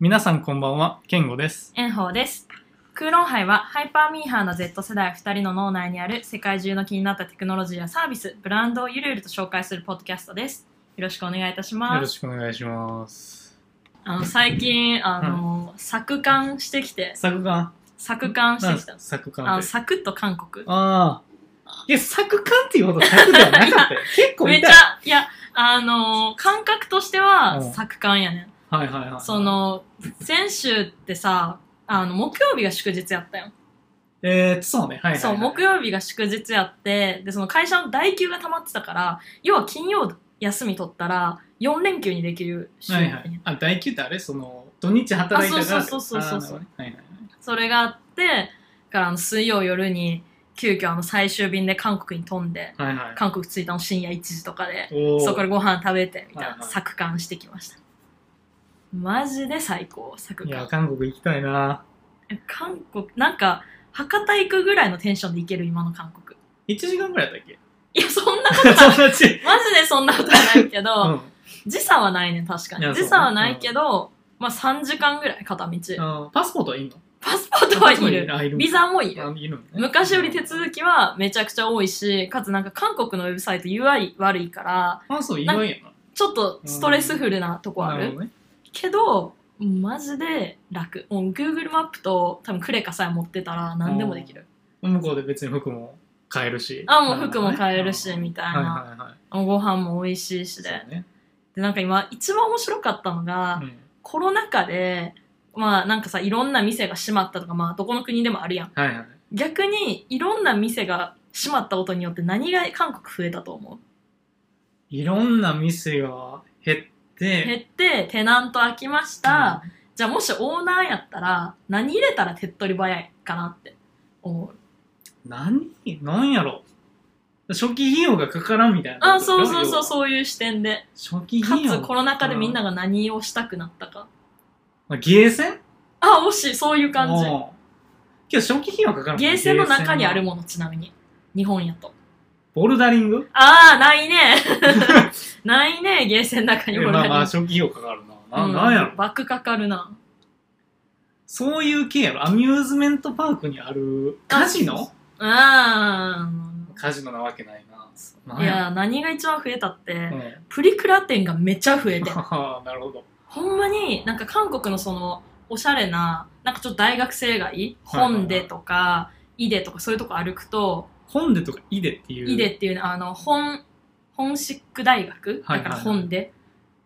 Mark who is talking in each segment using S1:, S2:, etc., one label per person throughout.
S1: 皆さんこんばんは、ケンゴです。
S2: 炎鵬です。クーロンハイはハイパーミーハーの Z 世代2人の脳内にある世界中の気になったテクノロジーやサービス、ブランドをゆるゆると紹介するポッドキャストです。よろしくお願いいたし
S1: よ
S2: ま
S1: ろ
S2: す。
S1: しくお願いします。
S2: あの最近、あの、作刊してきて、
S1: 作刊
S2: 作刊して
S1: 何
S2: きたの。
S1: 作
S2: あ
S1: 刊
S2: の、
S1: って。
S2: サクッと韓国。
S1: ああ。いや、作刊っていうほど作ではなか ったよ。結構
S2: め
S1: 痛
S2: っ
S1: い
S2: ち。ゃ、いや、あの、感覚としては
S1: うん
S2: 作刊やね
S1: はいはいは
S2: ん。
S1: い。
S2: その、先週ってさ、あの、木曜日が祝日やったよ。
S1: えー、そうね。はいはいはい。
S2: そう、木曜日が祝日やって、で、その会社の代休が溜まってたから、要は金曜休み取ったら、4連休にできる週、
S1: はいはい。あ、大休ってあれその、土日働いたから。
S2: あそうそうそうそうそう
S1: あーなるほどねはいはいはい。
S2: それがあって、だからあの水曜夜に、急遽あの最終便で韓国に飛んで、
S1: はいはい。
S2: 韓国着いたの深夜1時とかで、
S1: お
S2: そこで
S1: ー
S2: ご飯食べて、みたい
S1: はい
S2: な、
S1: はい
S2: 作刊してきました。マジで最高、作
S1: いや、
S2: 刊。
S1: 韓国行きたいな。
S2: え韓国、なんか、博多行くぐらいのテンションで行ける、今の韓国。
S1: 1時間ぐらいだったっけ
S2: いや、そんな、
S1: 友達。
S2: マジ でそんなことはないけど、
S1: うん。
S2: 時差はないね確か
S1: いや
S2: に
S1: そう
S2: 時差はないけど、まあ3時間ぐらい片
S1: あ
S2: 道
S1: ーパスポートはいいの
S2: パスポートはいる
S1: あいる
S2: ビザもい
S1: あ
S2: る
S1: いるのね
S2: 昔より手続きはめちゃくちゃ多いしかつなんか韓国のウェブサイト UI 悪いから
S1: あ、そう、意外やな。
S2: ちょっとストレスフルなとこあ
S1: なる
S2: る
S1: ほどね。
S2: けどマジで楽もう Google マップと多分クレカさえ持ってたら何でもできる
S1: 向こうで別に服も買えるし。
S2: あもう服も買えるしみたい
S1: はい
S2: な
S1: はいはい。
S2: もうご飯も美味しいしで
S1: そうね。
S2: でなんか今一番面白かったのが、
S1: うん
S2: コロナ禍で、まあなんかさ、いろんな店が閉まったとか、まあどこの国でもあるやん。
S1: はいはい。
S2: 逆に、いろんな店が閉まったことによって何が韓国増えたと思う
S1: いろんな店が減って、
S2: 減って、テナント開きました。じゃあもしオーナーやったら、何入れたら手っ取り早いかなって思う。
S1: うん、何何やろ初期費用がかからんみたいな
S2: あ、
S1: ことだ
S2: そ
S1: よ。
S2: うそうそう、
S1: う。
S2: そういう視点で。
S1: 初期
S2: か
S1: 費用。
S2: つ、コロナ禍でみんなが何をしたくなったか。
S1: まあ、ゲーセン
S2: あ、惜しい、そういう感じ。
S1: おうけど初期費用かからん
S2: ゲーセンの中にある
S1: ん。
S2: もの、ちなみに。日本やと。
S1: ボルダリン グ
S2: ああ、ないね。 ないね、ゲーセンの中に
S1: え
S2: も
S1: まあ
S2: な
S1: まあ
S2: い。
S1: 初期費用かかるな。な、
S2: うん
S1: なんやろ
S2: バックかかるな。
S1: そういう系やろアミューズメントパークにあるカジノ
S2: うーん。
S1: カジノなわけないな。なん
S2: い
S1: や
S2: や、何が一番増えたって、
S1: ろうん。
S2: プリクラ店がめっちゃ増えて
S1: あ あなるほど。
S2: ほんまに、なんか韓国のその、おしゃれな、なんかちょっと大学生街、
S1: はいはいはい
S2: 本でとか、イデとかそういうとこ歩くと、
S1: 本でとかイデっていう。
S2: イデっていうねあの、本、本シック大学
S1: はいはいは
S2: だ
S1: い
S2: から本で、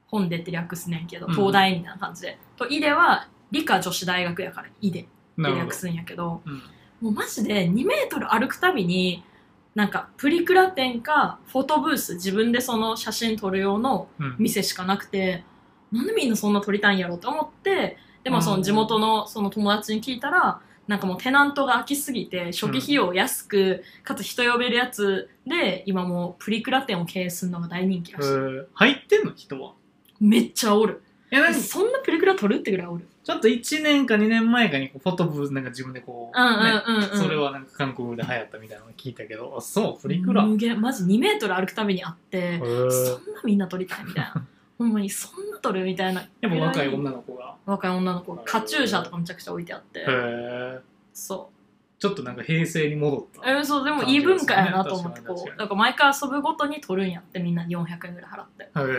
S2: 本でって略すねんけど、
S1: うん
S2: 東大みたいな感じで。と、イデは、理科女子大学やから、イデって
S1: なるほ
S2: 略
S1: ど。
S2: すんやけど、
S1: うん
S2: もうマジで2メートル歩くたびに、なんかプリクラ店かフォトブース、自分でその写真撮る用の
S1: うん
S2: 店しかなくて、なんでみんなそんな撮りたいんやろと思って、でもその地元のその友達に聞いたら、なんかもうテナントが空きすぎて、初期費用安く、かつ人呼べるやつで、今もうプリクラ店を経営するのが大人気
S1: え
S2: らしい。
S1: ー入ってんの人は。
S2: めっちゃおる。
S1: え、何ち
S2: そんなプリクラ撮るってぐらいおる。
S1: ょっと1年か2年前かにこうフォトブーなんか自分でこう、
S2: うんうん
S1: ね
S2: うんうん。
S1: それはなんか韓国で流行ったみたいなの聞いたけど、あ、そう、プリクラ。
S2: 無限マジ2メートル歩くたびにあって
S1: へ、
S2: そ
S1: ー
S2: んなみんな撮りたいみたい な。ほんまにそんな撮るみたいな。
S1: やっぱ若い女の子が。
S2: 若い女の子が、カチューシャとかめちゃくちゃ置いてあって
S1: へ。ー
S2: そ
S1: ちょっとなんか平成に戻っ
S2: う。えそう、でもいい文化やなと思って、
S1: 確かに
S2: こ
S1: 確か
S2: う。
S1: に
S2: だから毎回遊ぶごとに撮るんやって、みんな400円ぐらい払って。
S1: た。へ
S2: で、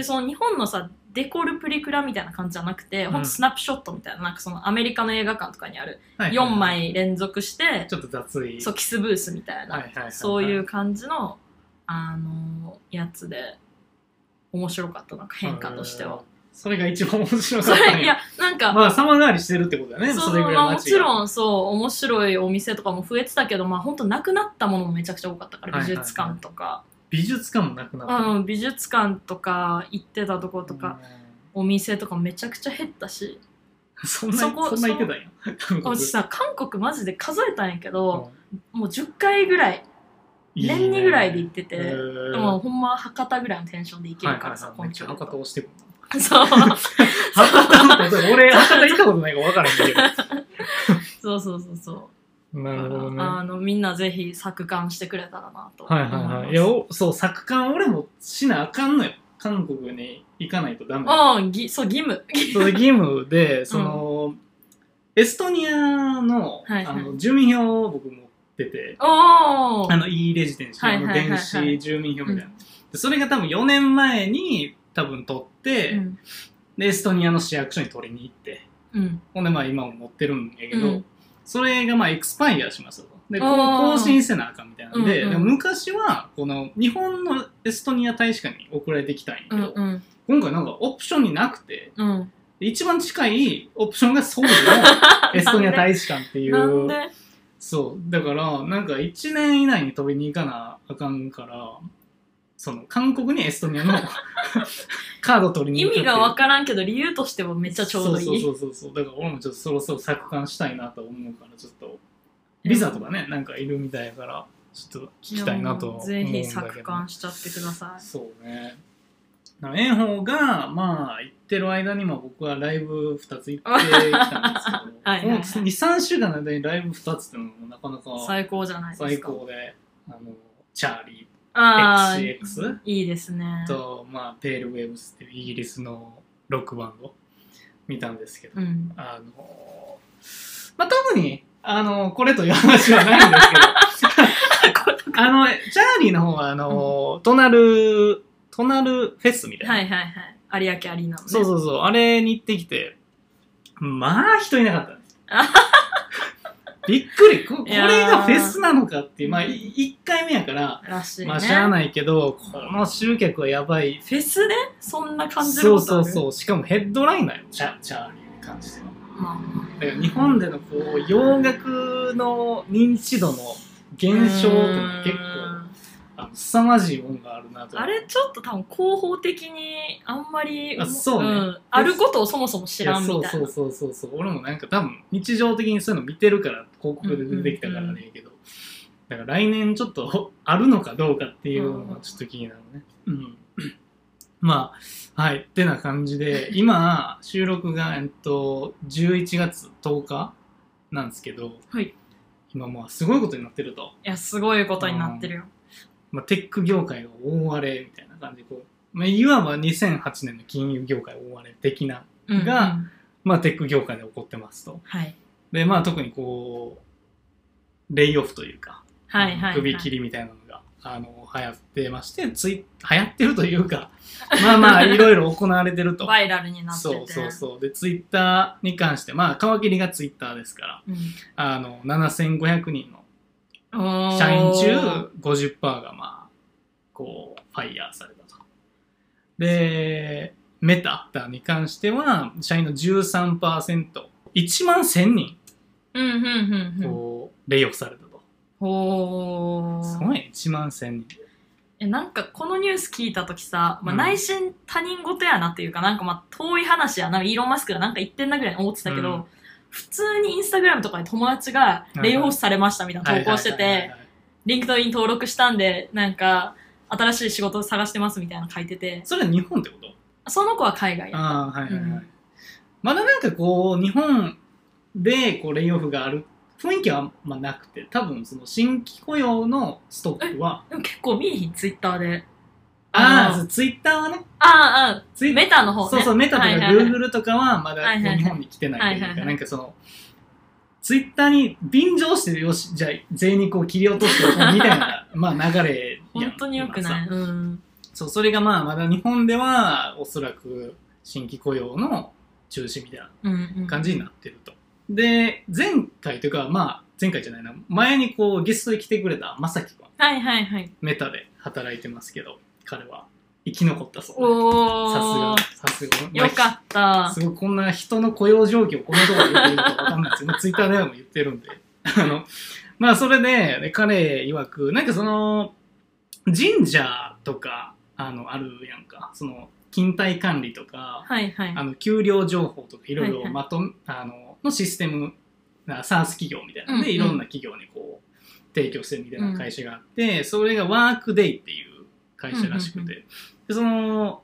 S1: ー
S2: その日本のさ、デコルプリクラみたいな感じじゃなくて、
S1: うん
S2: ほんとスナップショットみたいな、なんかそのアメリカの映画館とかにある、
S1: はい
S2: 4。枚連続して、
S1: ちょっと雑い。
S2: そう、キスブースみたい
S1: はい
S2: な、
S1: はいはいはい
S2: そういう感じの、あのーやつで、面白かった、なんか変化としては
S1: へー。。それが一番面白か
S2: そ
S1: ったんや
S2: れ、いや、なんか、
S1: まあ様変わりしてるってことだね、
S2: そう
S1: そ
S2: そ
S1: れ
S2: う
S1: ぐらい
S2: まあ、もち
S1: ん。
S2: ろんそう面白いお店とかも増えてたけどまあ本当なくなったものもめちゃくちゃ多かったから
S1: はい
S2: 美
S1: はいはい
S2: 術館とか、
S1: 美術館もなくなった。
S2: うん、美術館とか行ってたとことか、お店とかめちゃくちゃ減ったし
S1: うん。そんな、
S2: そこ
S1: そんな言ってたんや。韓国
S2: 私さ韓国マジで数えたんやけ
S1: う
S2: ど、
S1: ん
S2: もう10回ぐらい
S1: いいね
S2: 年にぐらいで行って
S1: へ
S2: て、
S1: ー
S2: でもほんま博多ぐらいのテンションで行けるからさ、
S1: はいはいはい、めっちゃ
S2: 今
S1: 博多
S2: 度
S1: 押してくる
S2: そう
S1: な。博多のこと、俺、博多行ったことないから分からへんけ
S2: そうそうそうそ
S1: ど。
S2: う、
S1: なるほどね。は
S2: あのみんなぜひ作刊してくれたらなと
S1: いはいはい。い
S2: い
S1: や、
S2: ます
S1: おそう、作家俺もしなあかんのよ。韓国に行かないとダメ。
S2: うん、ぎそう、義務。
S1: それ義務で、その、エストニアの、
S2: はいはい
S1: あの住民票を僕持ってて、
S2: お
S1: あ
S2: ー
S1: の E レジデンシ
S2: は
S1: ー、
S2: い
S1: あ
S2: はい
S1: の
S2: はいはい
S1: 電子住民票みたいな。でそれが多分4年前に多分取って、
S2: うん。
S1: で、エストニアの市役所に取りに行って、
S2: うん。
S1: ほんでまあ今も持ってるんやけど、
S2: うん
S1: それがまあエクスパイアしますと。で、こう
S2: あー
S1: 更新せなあかんみたいなんで、
S2: うんうん
S1: でも昔は、この日本のエストニア大使館に送られてきたんやけ
S2: う
S1: ど、
S2: ん。うん。
S1: 今回なんかオプションになくて、
S2: うん。
S1: で一番近いオプションが ソウルのエストニア大使館ってい
S2: なん
S1: う。
S2: で
S1: そう。だから、なんか1年以内に飛びに行かなあかんから、その、韓国にエストニ アのカード取りに
S2: 意
S1: 行く
S2: 味がわ
S1: か
S2: からんけど、理由としてはめっちゃちょうどいい。
S1: そうそうそうそう。だから俺もちょっとそろそろ作刊したいなと思うから、ちょっと、ビザとかね、なんかいるみたいやから、ちょっと聞きたいなとは思うんだ
S2: ぜ
S1: けど、
S2: ひ作刊しちゃってください。
S1: そうね。だから炎鵬が、まあ、行ってる間にも僕はライブ2つ行ってきたんですけど
S2: はいはいはい
S1: この2、3週間の間にライブ2つっていうのもなかなか
S2: 最高じゃないで
S1: 最
S2: すか。
S1: 高で、あの、チャーリ
S2: ああ、
S1: ー XCX
S2: いいですね。
S1: と、まあ、ペールウェブスっていうイギリスのロックバンド見たんですけど、
S2: うん。
S1: あの、まあ、特に、あの、これという話はないんですけど、 あの、チャーリーの方は、あの、トナル、トナルフェスみたいな。
S2: はいはいはい。有明アリーナのね。
S1: そうそうそう、あれに行ってきて、まあ人いなか ったね
S2: あは。
S1: びっくりここ
S2: い
S1: れ
S2: やー
S1: がフェスなのかっていう、まあ、1回目やから、
S2: らしいね。
S1: まあ、しゃあないけど、この集客はやばい。
S2: フェスでそんな感じる
S1: そう
S2: ことあ
S1: そ
S2: る
S1: うそう、しかもヘッドライナーよ、チャチャーリーに関しては。
S2: まあま
S1: だから日本でのこう洋楽の認知度の減少っていうのは結構あの凄まじいもんがあるなと。
S2: あれちょっと多分広報的にあんまり
S1: あそうね
S2: ん、あることをそもそも知らんみたいな
S1: やそうそうそうそうそう俺もなんか多分日常的にそういうの見てるから広告で出てきたからねけど、だから来年ちょっとあるのかどうかっていうのがちょっと気になるねうん、まあはいってな感じ で今収録がえっと11月10日なんですけど、
S2: はい
S1: 今もうすごいことになってると、
S2: いやすごいことになってるよ、
S1: まあ、テック業界が大荒れみたいな感じでこう、まあ、いわば2008年の金融業界大荒れ的な、
S2: うん
S1: が
S2: うん
S1: まあ、テック業界で起こってますと
S2: はい
S1: で、まあ特にこう、レイオフというか、
S2: はいはい、はい、
S1: 首切りみたいなのが、あの、流行ってまして、ツイ流行ってるというか、 まあまあいろいろ行われてると。
S2: バイラルになってて
S1: そうそうそう。で、ツイッターに関して、まあ皮切りがツイッターですから、
S2: うん、
S1: あの、7500人
S2: お
S1: の
S2: ー
S1: 社員中50%がまあ、こう、ファイヤーされたと。で、メタに関しては、社員の13%、1万1000人、
S2: うんうんうんうん
S1: こう、レイオフされたと。
S2: ほー
S1: すごいね1万1000人
S2: えなんかこのニュース聞いた時さ、まあ、
S1: うん
S2: 内心他人事やなっていうか、なんかまあ遠い話やなイーロン・マスクがなんか言ってんなぐらい思ってたけど、
S1: うん
S2: 普通にインスタグラムとかで友達がレイオフされましたみたいな投稿して
S1: はいはいはい
S2: て
S1: はいはい
S2: リンクトイン登録したんでなんか新しい仕事を探してますみたいなの書いてて
S1: それは日本ってこと
S2: その子は海外や
S1: ああはいはいはい、
S2: うん
S1: まだなんかこう日本でこうレイオフがある雰囲気はまあなくて多分その新規雇用のストックは
S2: でも結構見えひんツイッターで
S1: あ
S2: あ
S1: あ
S2: ー
S1: そうツイッターはね
S2: あああ
S1: ツイ
S2: あメタの方ね
S1: そうそうメタと
S2: はいは
S1: か
S2: い
S1: グ
S2: はい
S1: ーグルとかはまだ
S2: はいは
S1: こ
S2: いは
S1: う
S2: い
S1: 日本に来てないと
S2: はいいうは
S1: か
S2: い
S1: なんかそのツイッターに便乗してよしじゃあ税肉を切り落としておこうみたい なまあ流れやん
S2: 本当によくない、うん、
S1: そう、それがまあ、まだ日本では、おそらく新規雇用の中止みたいな
S2: うんうん
S1: 感じになってると。で、前回というか、まあ、前回じゃないな、前にこう、ゲストで来てくれたまさき君、
S2: はいはいはい
S1: メタで働いてますけど、彼は生き残ったそうで
S2: お
S1: さ
S2: お
S1: すが、さすが。
S2: よかっ
S1: まあ
S2: た
S1: すごいこんな人の雇用状況、このところで言ってるのかわかんないですよね。ツイッターでも言ってるんで。あの、まあ、それで、で彼曰く、なんかその、神社とか、あの、あるやんか、その、勤怠管理とか、
S2: はいはい
S1: あの、給料情報とか、いろい
S2: はい
S1: ろ
S2: はい
S1: まとめ、あの、のシステム、な SaaS 企業みたいなので、
S2: うんうん
S1: いろんな企業にこう、提供してるみたいな会社があって、それがワークデイっていう会社らしくて、
S2: うんうん
S1: でその、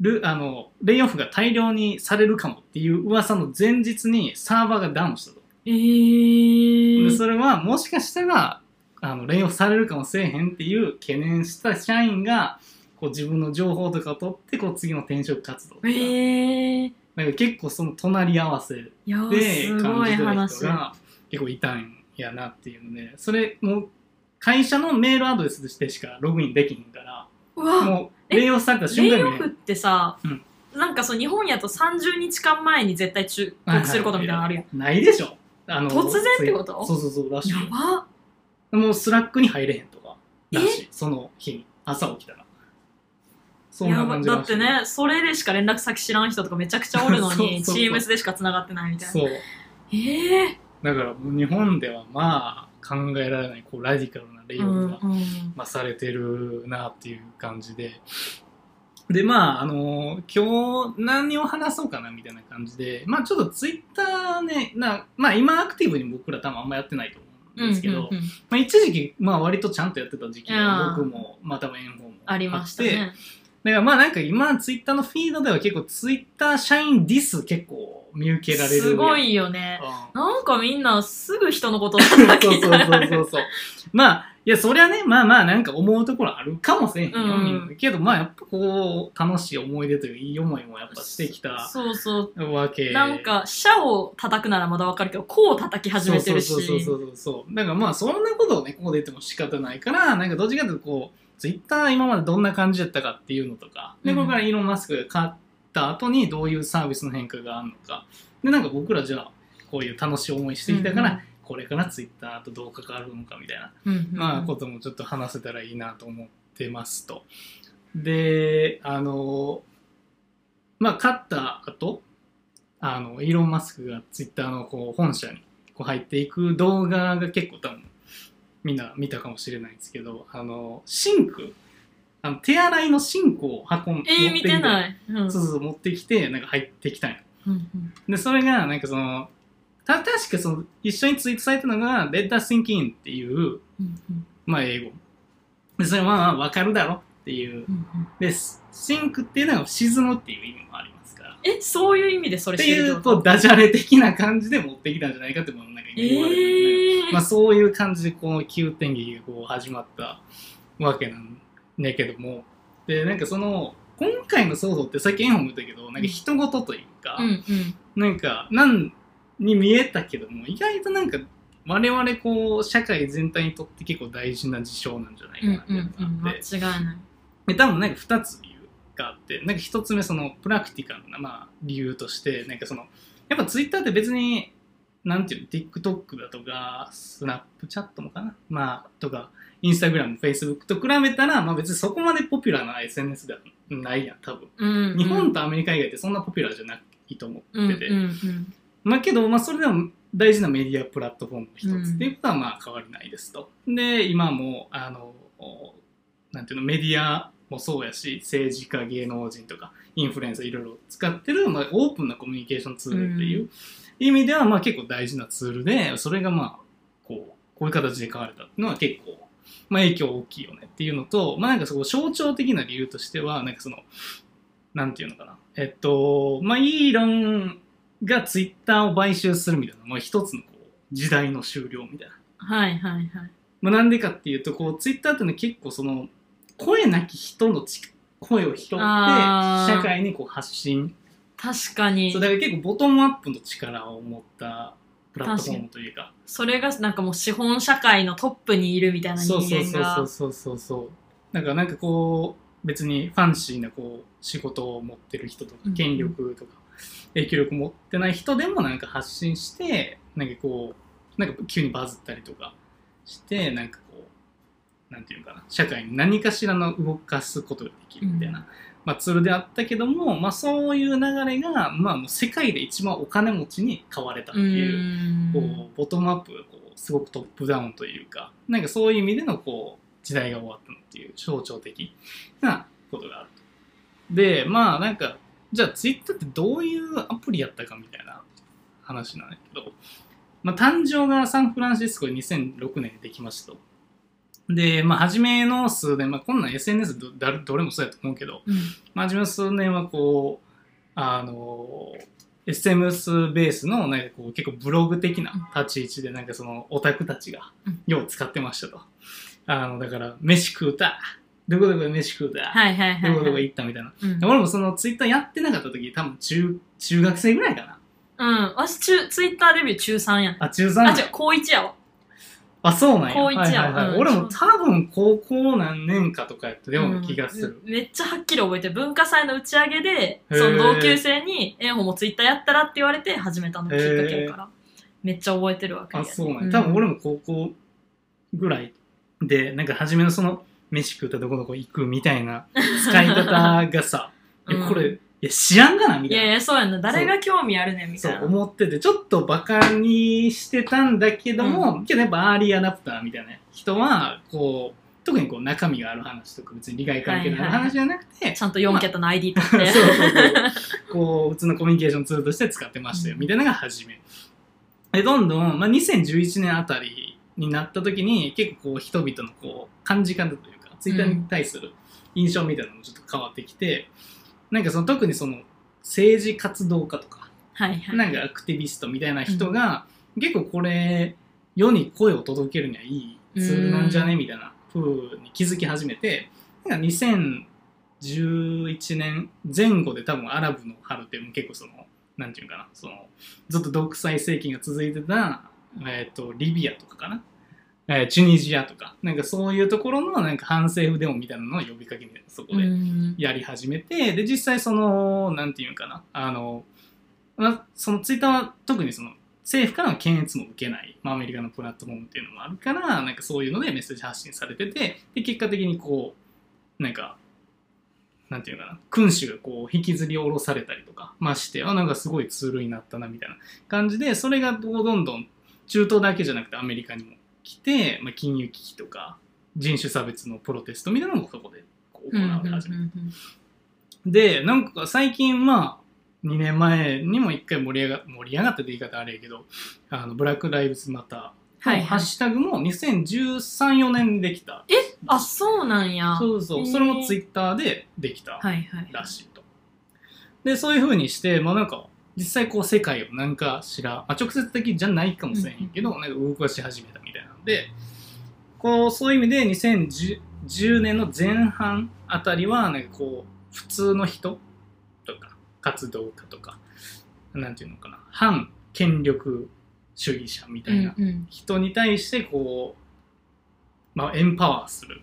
S1: ルあのレイオフが大量にされるかもっていう噂の前日にサーバーがダウンしたと。
S2: えー、
S1: でそれはもしかしたらあのレイオフされるかもしれへんっていう懸念した社員がこう自分の情報とかを取ってこう次の転職活動とか,、
S2: えー、
S1: なんか結構その隣り合わせで
S2: いや
S1: 感
S2: ーすごい
S1: じてる
S2: 話
S1: 人が結構いたんやなっていうのでそれもう会社のメールアドレスとしてしかログインできひんから
S2: うわ
S1: もうレイオフされた瞬間
S2: レイ
S1: に
S2: オ
S1: ね
S2: フってさ、
S1: うん
S2: なんかそう日本やと30日間前に絶対忠告することみたいなのあるやん、
S1: ないでしょあの
S2: 突然ってこと
S1: そうそうそうらしい
S2: やばっ
S1: もうスラックに入れへんとかだ
S2: え
S1: しその日に朝起きたらそん
S2: や
S1: な
S2: ば
S1: 感じ
S2: だ
S1: ら
S2: っ
S1: してい
S2: ねそれでしか連絡先知らん人とかめちゃくちゃおるのに
S1: そうそうそう
S2: Teams でしか繋がってないみたいな
S1: そう
S2: ええ
S1: だからもう日本ではまあ考えられないこうラディカルなレイ
S2: ー、
S1: オ
S2: うん
S1: フ
S2: う
S1: が、
S2: ん
S1: まあ、されてるなっていう感じででまああの今日何を話そうかなみたいな感じでまあちょっとツイッターねなまあ今アクティブに僕ら多分あんまやってないと思うんですけど、
S2: うんうんうん
S1: まあ、一時期、まあ、割とちゃんとやってた時期
S2: うん
S1: が僕も、まあ、多分円法も
S2: ありました
S1: あって
S2: ね
S1: だからまあなんか今ツイッターのフィードでは結構ツイッター社員ディス結構見受けられる
S2: すご
S1: うん
S2: いよね
S1: そ
S2: なんかみんなすぐ人のことを叩
S1: う
S2: き
S1: そうそ
S2: た
S1: う
S2: が
S1: そ
S2: る
S1: うそうまあいやそりゃねまあまあなんか思うところあるかもしれへんよ、
S2: うん
S1: みんなけどまあやっぱこう楽しい思い出といういい思いもやっぱしてきた
S2: そうそう
S1: わけ
S2: なんか「社」を叩くならまだわかるけど「こ」を叩き始めてるし
S1: そうそうそうそうそうそうだからまあそんなことをねここで言っても仕方ないからなんかどっちかというとこうツイッター今までどんな感じだったかっていうのとかで
S2: うん
S1: これからイーロン・マスクが買った後にどういうサービスの変化があるのかでなんか僕らじゃあこういう楽しい思いしてきたから、これからツイッターとどう関わるのかみたいな、
S2: うんうんうん
S1: まあ、こともちょっと話せたらいいなと思ってますとであのまあ勝った後あのイーロン・マスクがツイッターのこう本社にこう入っていく動画が結構多分みんな見たかもしれないんですけどあのシンクあの手洗いのシンクを運ん
S2: えー、見て
S1: い
S2: ない、うん
S1: そうそう持ってきてなんか入ってきたんよ
S2: うんうん
S1: でそれがなんかそのた確かその一緒にツイートされたのが「レッダーシンキン」っていう
S2: うんうん
S1: まあ英語でそれはまあわかるだろっていう
S2: うんうん
S1: でシンクっていうのは沈むっていう意味もありますから
S2: えそういう意味でそれ
S1: って
S2: 知
S1: い
S2: る
S1: うこうダジャレ的な感じで持ってきたんじゃないかってもなんか今言われてるんで、
S2: えー
S1: まあ、そういう感じでこの急転劇がこう始まったわけなんねけどもでなんかその今回の騒動ってさっき円本も言ったけどなんか人事というか、
S2: うんうん
S1: なんか、なんに見えたけども、意外となんか、我々こう、社会全体にとって結構大事な事象なんじゃないか
S2: う
S1: なんって
S2: う
S1: やっぱあ
S2: んうん
S1: っ
S2: 間
S1: て、
S2: 違いない
S1: で多分なんか2つ理由があって、なんか1つ目、そのプラクティカルな、まあ、理由として、なんかその、やっぱツイッターって別に、なんていうの、TikTok だとか、スナップチャットもかなまあ、とか、インスタグラム、フェイスブックと比べたら、まあ別にそこまでポピュラーな SNS ではないやん、多分。
S2: うんうん
S1: 日本とアメリカ以外ってそんなポピュラーじゃないと思ってて。
S2: うんうん
S1: まあけど、まあ、それでも大事なメディアプラットフォームの一
S2: うん
S1: つっていうことはまあ変わりないですと。で今もあのおなんていうのメディアもそうやし政治家芸能人とかインフルエンサーいろいろ使ってる、まあ、オープンなコミュニケーションツールっていうう意味ではまあ結構大事なツールでそれがまあこうこういう形で変われたっていうのは結構、まあ、影響大きいよねっていうのと、まあ、なんかそこ象徴的な理由としてはなんかそのなんていうのかなえっとまあイーロンがツイッターを買収するみたいな、まあ、一つのこう時代の終了みたいな。
S2: はいはいはい
S1: まあ、なんでかっていうとこうツイッターっていうのは結構その声なき人のち声を拾って
S2: あー
S1: 社会にこう発信
S2: 確かに
S1: そうだから結構ボトムアップの力を持ったプラットフォームというか
S2: それがなんかもう資本社会のトップにいるみたいな人
S1: そうそう
S2: 間
S1: そうそ
S2: が
S1: うそうそうそうなんかなんかこう別にファンシーなこう仕事を持ってる人と
S2: う
S1: か
S2: ん
S1: 権力とか影響力持ってない人でもなんか発信してなんかこうなんか急にバズったりとかしてなんかこうなんていうのかな社会に何かしらの動かすことができるみたいな、
S2: う
S1: まあ、ツールであったけども、まあ、そういう流れが、まあ、もう世界で一番お金持ちに買われたって
S2: う
S1: いう。
S2: ん
S1: こうボトムアップがこうすごくトップダウンというかなんかそういう意味でのこう時代が終わったのっていう象徴的なことがあると。でまあなんかじゃあツイッターってどういうアプリやったかみたいな話なんだけど、まあ、誕生がサンフランシスコで2006年にできましたと。で、まあ、初めの数年、まあ、こんなん SNS どだどれもそうやと思うけど、
S2: うん
S1: まあ、自分の数年はこうあの SMS ベースのなんかこう結構ブログ的な立ち位置でなんかそのオタクたちが
S2: うん
S1: よう使ってましたと。あのだから飯食うたどこどこで飯食うた、
S2: はいはいはい
S1: どこどこ
S2: はい。
S1: 行ったみたいな。
S2: うん
S1: で俺もそのツイッターやってなかった時、多分中、中学生ぐらいかな。
S2: うん。私、中、ツイッターデビュー中3やね。
S1: あ、中3
S2: あ、違う、高1やわ。
S1: あ、そうなんや。
S2: 高一や
S1: はいはいはい
S2: うん
S1: 俺も多分高校何年かとかやったような気がする。
S2: うんめっちゃはっきり覚えてる文化祭の打ち上げで
S1: へー
S2: その同級生に「えんほもツイッターやったら?」って言われて始めたのきっかけやからめっちゃ覚えてるわけ
S1: あ、
S2: で
S1: そうなんや。多分俺も高校ぐらいで、なんか初めのその、飯食うたどこどこ行くみたい な使い方がさ、え
S2: うん
S1: これ、いや、知らんがなみ
S2: い
S1: たいな
S2: や。いやそうやんな誰が興味あるねんみ
S1: そ
S2: たいうな
S1: 思っててちょっとバカにしてたんだけども、けどやっぱアーリーアダプターみたいな人はこう特にこう中身がある話とか別に利害関係のある話じゃなくて、
S2: ちゃんと4桁の ID 取って、
S1: そうそうそうこう普通のコミュニケーションツールとして使ってましたよ、
S2: うん
S1: みたいなのが初めでどんどん、まあ、2011年あたりになった時に結構こう人々のこう感じ方というかツイッターに対する印象みたいなのもちょっと変わってきて、なんかその特にその政治活動家とか
S2: はいはい
S1: なんかアクティビストみたいな人が、結構これ世に声を届けるにはいいツールなんじゃねみたいな風に気づき始めてなんか2011年前後で多分アラブの春って結構そのなんていうんかなそのずっと独裁政権が続いてた、えー、とリビアとかかな、えーチュニジアとかなんかそういうところのなんか反政府デモみたいなのを呼びかけみたいなそこで。
S2: うん
S1: やり始めてで実際そのなんていうんかなあの、ま、そのツイッターは特にその政府からの検閲も受けない、まあ、アメリカのプラットフォームっていうのもあるからなんかそういうのでメッセージ発信されててで結果的にこうなんかなんていうかな君主がこう引きずり下ろされたりとかましてあなんかすごいツールになったなみたいな感じでそれがどうどんどん中東だけじゃなくてアメリカにも来て、まあ、金融危機とか人種差別のプロテストみたいなのもそこでこう行われ始めて
S2: うんうん
S1: で、なんか最近、まあ、2年前にも一回盛り上が、盛り上がったって言い方あれやけど、あの、ブラック・ライブズ・マタ
S2: は
S1: ー
S2: い
S1: のハ
S2: は
S1: ッ
S2: い
S1: シュタグも2013、4年にできた。
S2: あそうなんやはい
S1: そうそ
S2: へ
S1: う、
S2: ー
S1: それもツイッターでできた
S2: はいはい
S1: らしいと。で、そういう風にして、まあなんか、実際こう世界をなんかしら、まあ、直接的じゃないかもしれへんけど、なんか動かし始めたみたいなので、こう、そういう意味で2010 10年の前半あたりは、なんかこう、普通の人とか、活動家とか、なんていうのかな、反権力主義者みた
S2: う
S1: い
S2: ん
S1: な
S2: うん
S1: 人に対してこう、まあ、エンパワーする、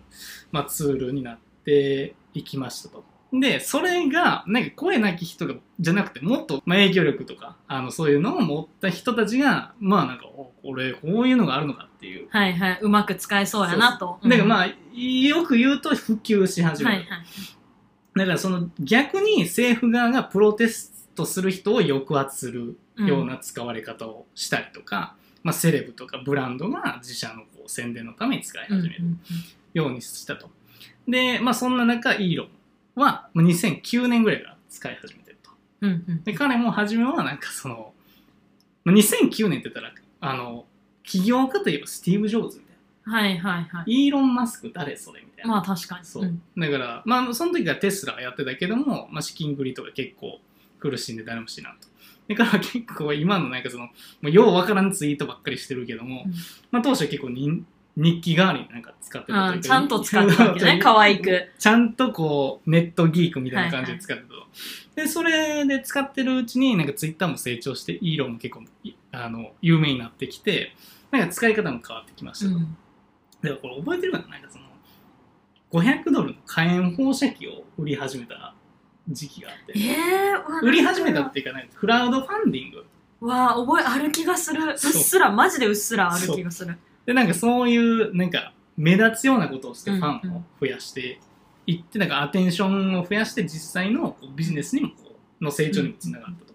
S1: まあ、ツールになっていきましたと。で、それが、なんか声なき人がじゃなくて、もっと、まあ、影響力とか、あの、そういうのを持った人たちが、まあなんか、おこれ、こういうのがあるのかっていう。
S2: はいはいうまく使えそうやなと
S1: だからま
S2: あ
S1: あ、よく言うと普及し始め
S2: は
S1: る。
S2: いはい
S1: だからその逆に政府側がプロテストする人を抑圧するような使われ方をしたりとか、まあ、セレブとかブランドが自社のこう宣伝のために使い
S2: うんうん
S1: 始めるようにしたと。で、まあ、そんな中、イーロンはまあ2009年ぐらいから使い始めてると。
S2: うんうん
S1: で、彼も初めはなんかその、まあ、2009年って言ったら、あの、起業家といえばスティーブ・ジョーズみたいな。
S2: はいはいはい
S1: イーロン・マスク誰それみたいな。
S2: まあ確かに
S1: そう。
S2: ん
S1: だから、まあ、その時はテスラがやってたけども、まあ、資金繰りとか結構苦しんで誰も知らんと。だから結構今のなんかその、もうようわからんツイートばっかりしてるけども、
S2: うん
S1: まあ当初結構に日記代わりになんか使ってた
S2: あーちゃんと使ってたわ けね可愛く。
S1: ちゃんとこう、ネットギークみたいな感じで使ってたと。で、それで使ってるうちに、なんかツイッターも成長して、イーロンも結構、いあの、有名になってきて、なんか使い方も変わってきました
S2: う
S1: と。
S2: ん
S1: でもこれ覚えてるかななんかその500ドルの火炎放射器を売り始めた時期があって
S2: ええーうわ
S1: 売り始めたっていうかなんかクラウドファンディング
S2: わあ覚えある気がするうっ
S1: そう
S2: すらマジでうっすらある気がする
S1: でなんかそういうなんか目立つようなことをして
S2: うん
S1: ファンを増やしていってなんかアテンションを増やして実際のこうビジネスにもこうの成長にもつながったと。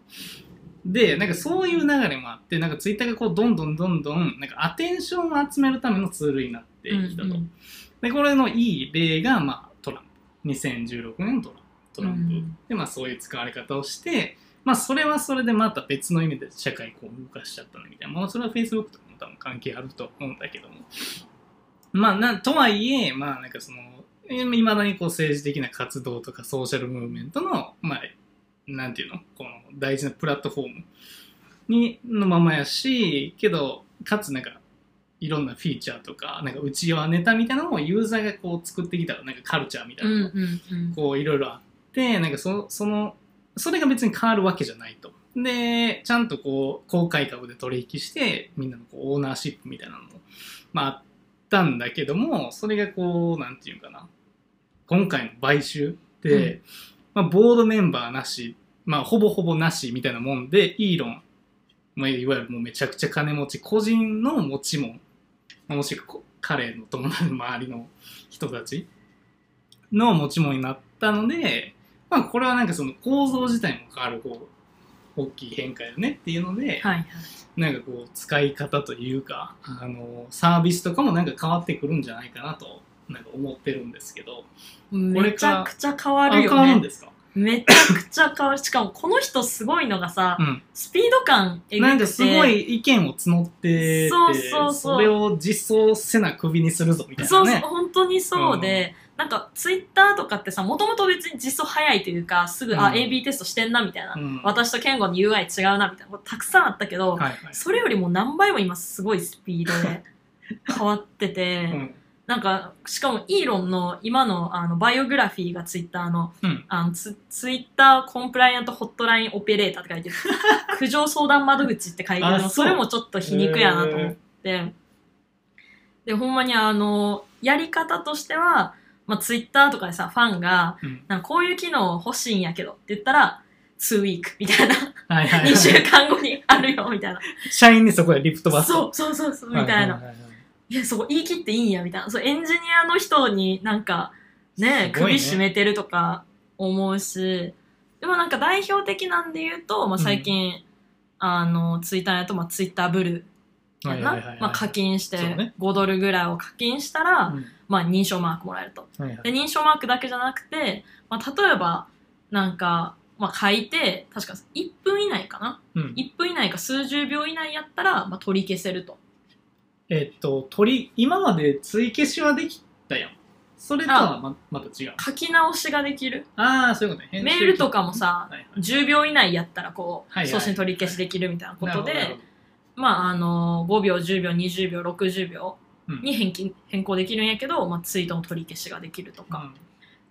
S1: でなんかそういう流れもあってなんかツイッターがこうどんどんどんどんなんかアテンションを集めるためのツールになって
S2: うん
S1: きたと。
S2: うん
S1: で、これのいい例が、まあ、トランプ。2016年のトランプ。トランプ。
S2: うん
S1: で、まあ、そういう使われ方をして、まあ、それはそれでまた別の意味で社会こう動かしちゃったのみたいな。まあ、それは Facebook とかも多分関係あると思うんだけども。まあ、なとはいえ、まあ、なんかその、いまだにこう政治的な活動とかソーシャルムーブメントの、まあ、なんていうのこの大事なプラットフォームにのままやし、けど、かつなんか、いろんなフィーチャーとか、なんかうちはネタみたいなのをユーザーがこう作ってきた、なんかカルチャーみたい
S2: う
S1: な
S2: ん
S1: のが
S2: うんうん
S1: こういろいろあって、なんかその、その、それが別に変わるわけじゃないと。で、ちゃんとこう、公開株で取引して、みんなのこうオーナーシップみたいなのも、まああったんだけども、それがこう、なんていうかな。今回の買収って、まあボードメンバーなし、まあほぼほぼなしみたいなもんで、イーロン、まあ、いわゆるもうめちゃくちゃ金持ち、個人の持ちもん、まあもしくはこ彼の友達、周りの人たちの持ち物になったので、まあ、これはなんかその構造自体も変わるこう大きい変化よねっていうので、
S2: はいはい。
S1: なんかこう使い方というかあのサービスとかもなんか変わってくるんじゃないかなとなんか思ってるんですけどこれ
S2: め
S1: か
S2: ちゃくちゃ変わる
S1: 変わる
S2: よ
S1: ん
S2: ね。
S1: ですか、
S2: めちゃくちゃ変わる。しかもこの人すごいのがさ、
S1: うん、
S2: スピード感えぐくて。
S1: なんかすごい意見を募ってて
S2: そうそうそう
S1: れを実装せな首にするぞみたい
S2: そ
S1: な
S2: うそう、
S1: ね。
S2: 本当にそうで、なんかツイッターとかってさ、もともと別に実装早いというか、すぐ、
S1: う
S2: あ、
S1: ん
S2: AB テストしてんなみたいな、
S1: うん
S2: 私と健吾の UI 違うなみたいなことたくさんあったけど、
S1: はいはい
S2: それよりも何倍も今すごいスピード で変わってて、
S1: うん
S2: なんか、しかもイーロンの今のあのバイオグラフィーがツイッターの、
S1: うん
S2: あのツツイッターコンプライアントホットラインオペレーターって書い てる。苦情相談窓口って書いてる
S1: あ
S2: の、
S1: そう
S2: それもちょっと皮肉やなと思って。で、ほんまにあの、やり方としては、まあ、ツイッターとかでさ、ファンが、
S1: うん
S2: なんかこういう機能欲しいんやけどって言ったら、2 week みたいな。
S1: はいはいはい
S2: 2週間後にあるよ、みたいな。
S1: 社員に そこでリフトバス
S2: そうそうそうそう、みたいな。
S1: はははいはい
S2: いや、そこ言い切っていいんや、みたいな。そう、エンジニアの人になんか、ね、
S1: すごい
S2: 首
S1: ね
S2: 絞めてるとか思うし、でもなんか代表的なんで言うと、まあ、最近、あの、ツイッターやと、まあ、ツイッターブルー
S1: は
S2: や
S1: い
S2: な。
S1: はいはいはい
S2: まあ、課金して
S1: そうね、
S2: 5ドルぐらいを課金したら、
S1: うん
S2: まあ、認証マークもらえると。
S1: はいは
S2: で、
S1: い
S2: 認証マークだけじゃなくて、まあ、例えば、なんか、まあ、書いて、確か1分以内かな
S1: うん
S2: ?1 分以内か数十秒以内やったら、まあ、取り消せると。
S1: えっと、鳥、今まで追い消しはできたやん。それとはままた違う。
S2: 書き直しができる。
S1: ああ、そういうことね。
S2: メールとかもさ
S1: はいはい、
S2: 10秒以内やったらこ
S1: はいうはい
S2: 送信取り消しできるみたいなこ
S1: なる
S2: と
S1: ほどなる
S2: で
S1: ほど
S2: まああの5秒10秒20秒60秒
S1: うん
S2: に変金変更できるんやけど、まあ、ツイートの取り消しができると
S1: う
S2: か、
S1: ん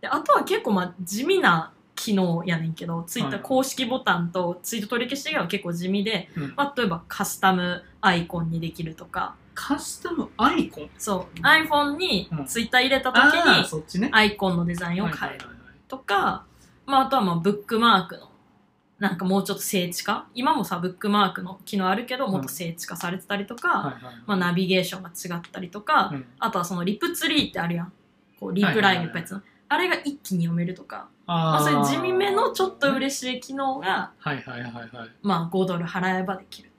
S2: であとは結構まあ地味な機能やねんけどツイッ
S1: はい
S2: タ
S1: は
S2: ー
S1: い
S2: 公式ボタンとツイート取り消し以外は結構地味で、
S1: うん
S2: まあ、例えばカスタムアイコンにできるとか
S1: カスタムアイコン
S2: そう iPhone に
S1: うん
S2: ツイッター入れた時
S1: ああ、
S2: に
S1: そっちね。
S2: アイコンのデザインを変える。
S1: はいはいはいはい
S2: とか、まあ、あとはまあブックマークのなんかもうちょっと精地化今もさブックマークの機能あるけどもっと精地化されてたりとか、
S1: はいはいはい
S2: まあ、ナビゲーションが違ったりとか、
S1: うん
S2: あとはそのリプツリーってあるやんこうリプライみたいなやつの、あれが一気に読めるとか、
S1: あ
S2: まあ、
S1: ー
S2: そういう地味めのちょっと嬉しい機能が、
S1: はいはいはいはい。
S2: まあ、5ドル払えばできるってい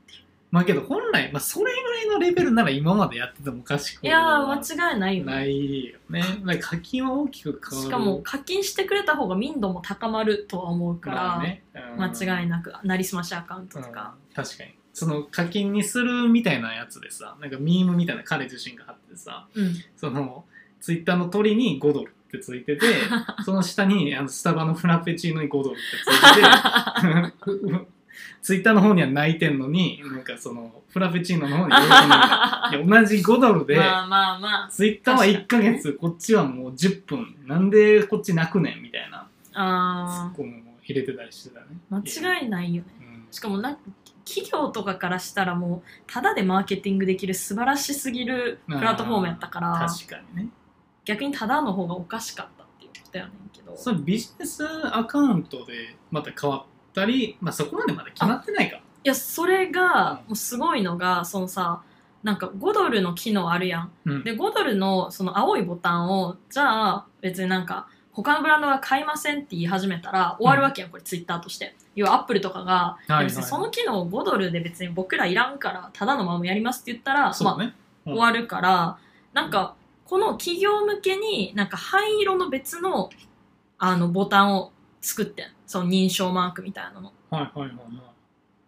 S1: まあけど本来、まあそれぐらいのレベルなら今までやっててもおかしく
S2: ういやー間違いないよね
S1: ないよ ね。なんか課金は大きく変わる。
S2: しかも課金してくれた方が民度も高まるとは思うから、
S1: まあね、うん
S2: 間違いなくなりすましアカウントとか、
S1: うん確かにその課金にするみたいなやつでさなんかミームみたいな彼自身があってさ
S2: うん
S1: そのツイッターの鳥に5ドルってつ いててその下にあのスタバのフラペチーノに5ドルってついて てツイッターの方には泣いてんのになんかそのフラペチーノの方に喜んでるいや同じ5ドルで、
S2: まあまあまあ
S1: ツイッターは1ヶ月、こっちはもう10分なんでこっち泣くねんみたいなツ
S2: あ
S1: ッコミも入れてたりしてたね
S2: ー間違いないよね
S1: うん
S2: しかもなんか企業とかからしたらもうただでマーケティングできる素晴らしすぎるプラットフォームやったから
S1: 確かにね
S2: 逆にただの方がおかしかったっていうことやねんけど
S1: そのビジネスアカウントでまた変わったり、まあ、そこまでまだ決まってないか。
S2: いやそれがもうすごいのがそのさなんか5ドルの機能あるやん
S1: うん
S2: で5ドルのその青いボタンをじゃあ別になんか他のブランドが買いませんって言い始めたら終わるわけやん、これツイッターとして要はアップルとかが、
S1: いはい
S2: 別にその機能を5ドルで別に僕らいらんからただのままやりますって言ったら、
S1: そう
S2: ま
S1: ね。
S2: あ、終わるからなんかこの企業向けになんか灰色の別のあのボタンを作ってんその認証マークみたいなの
S1: はいはいはいはい。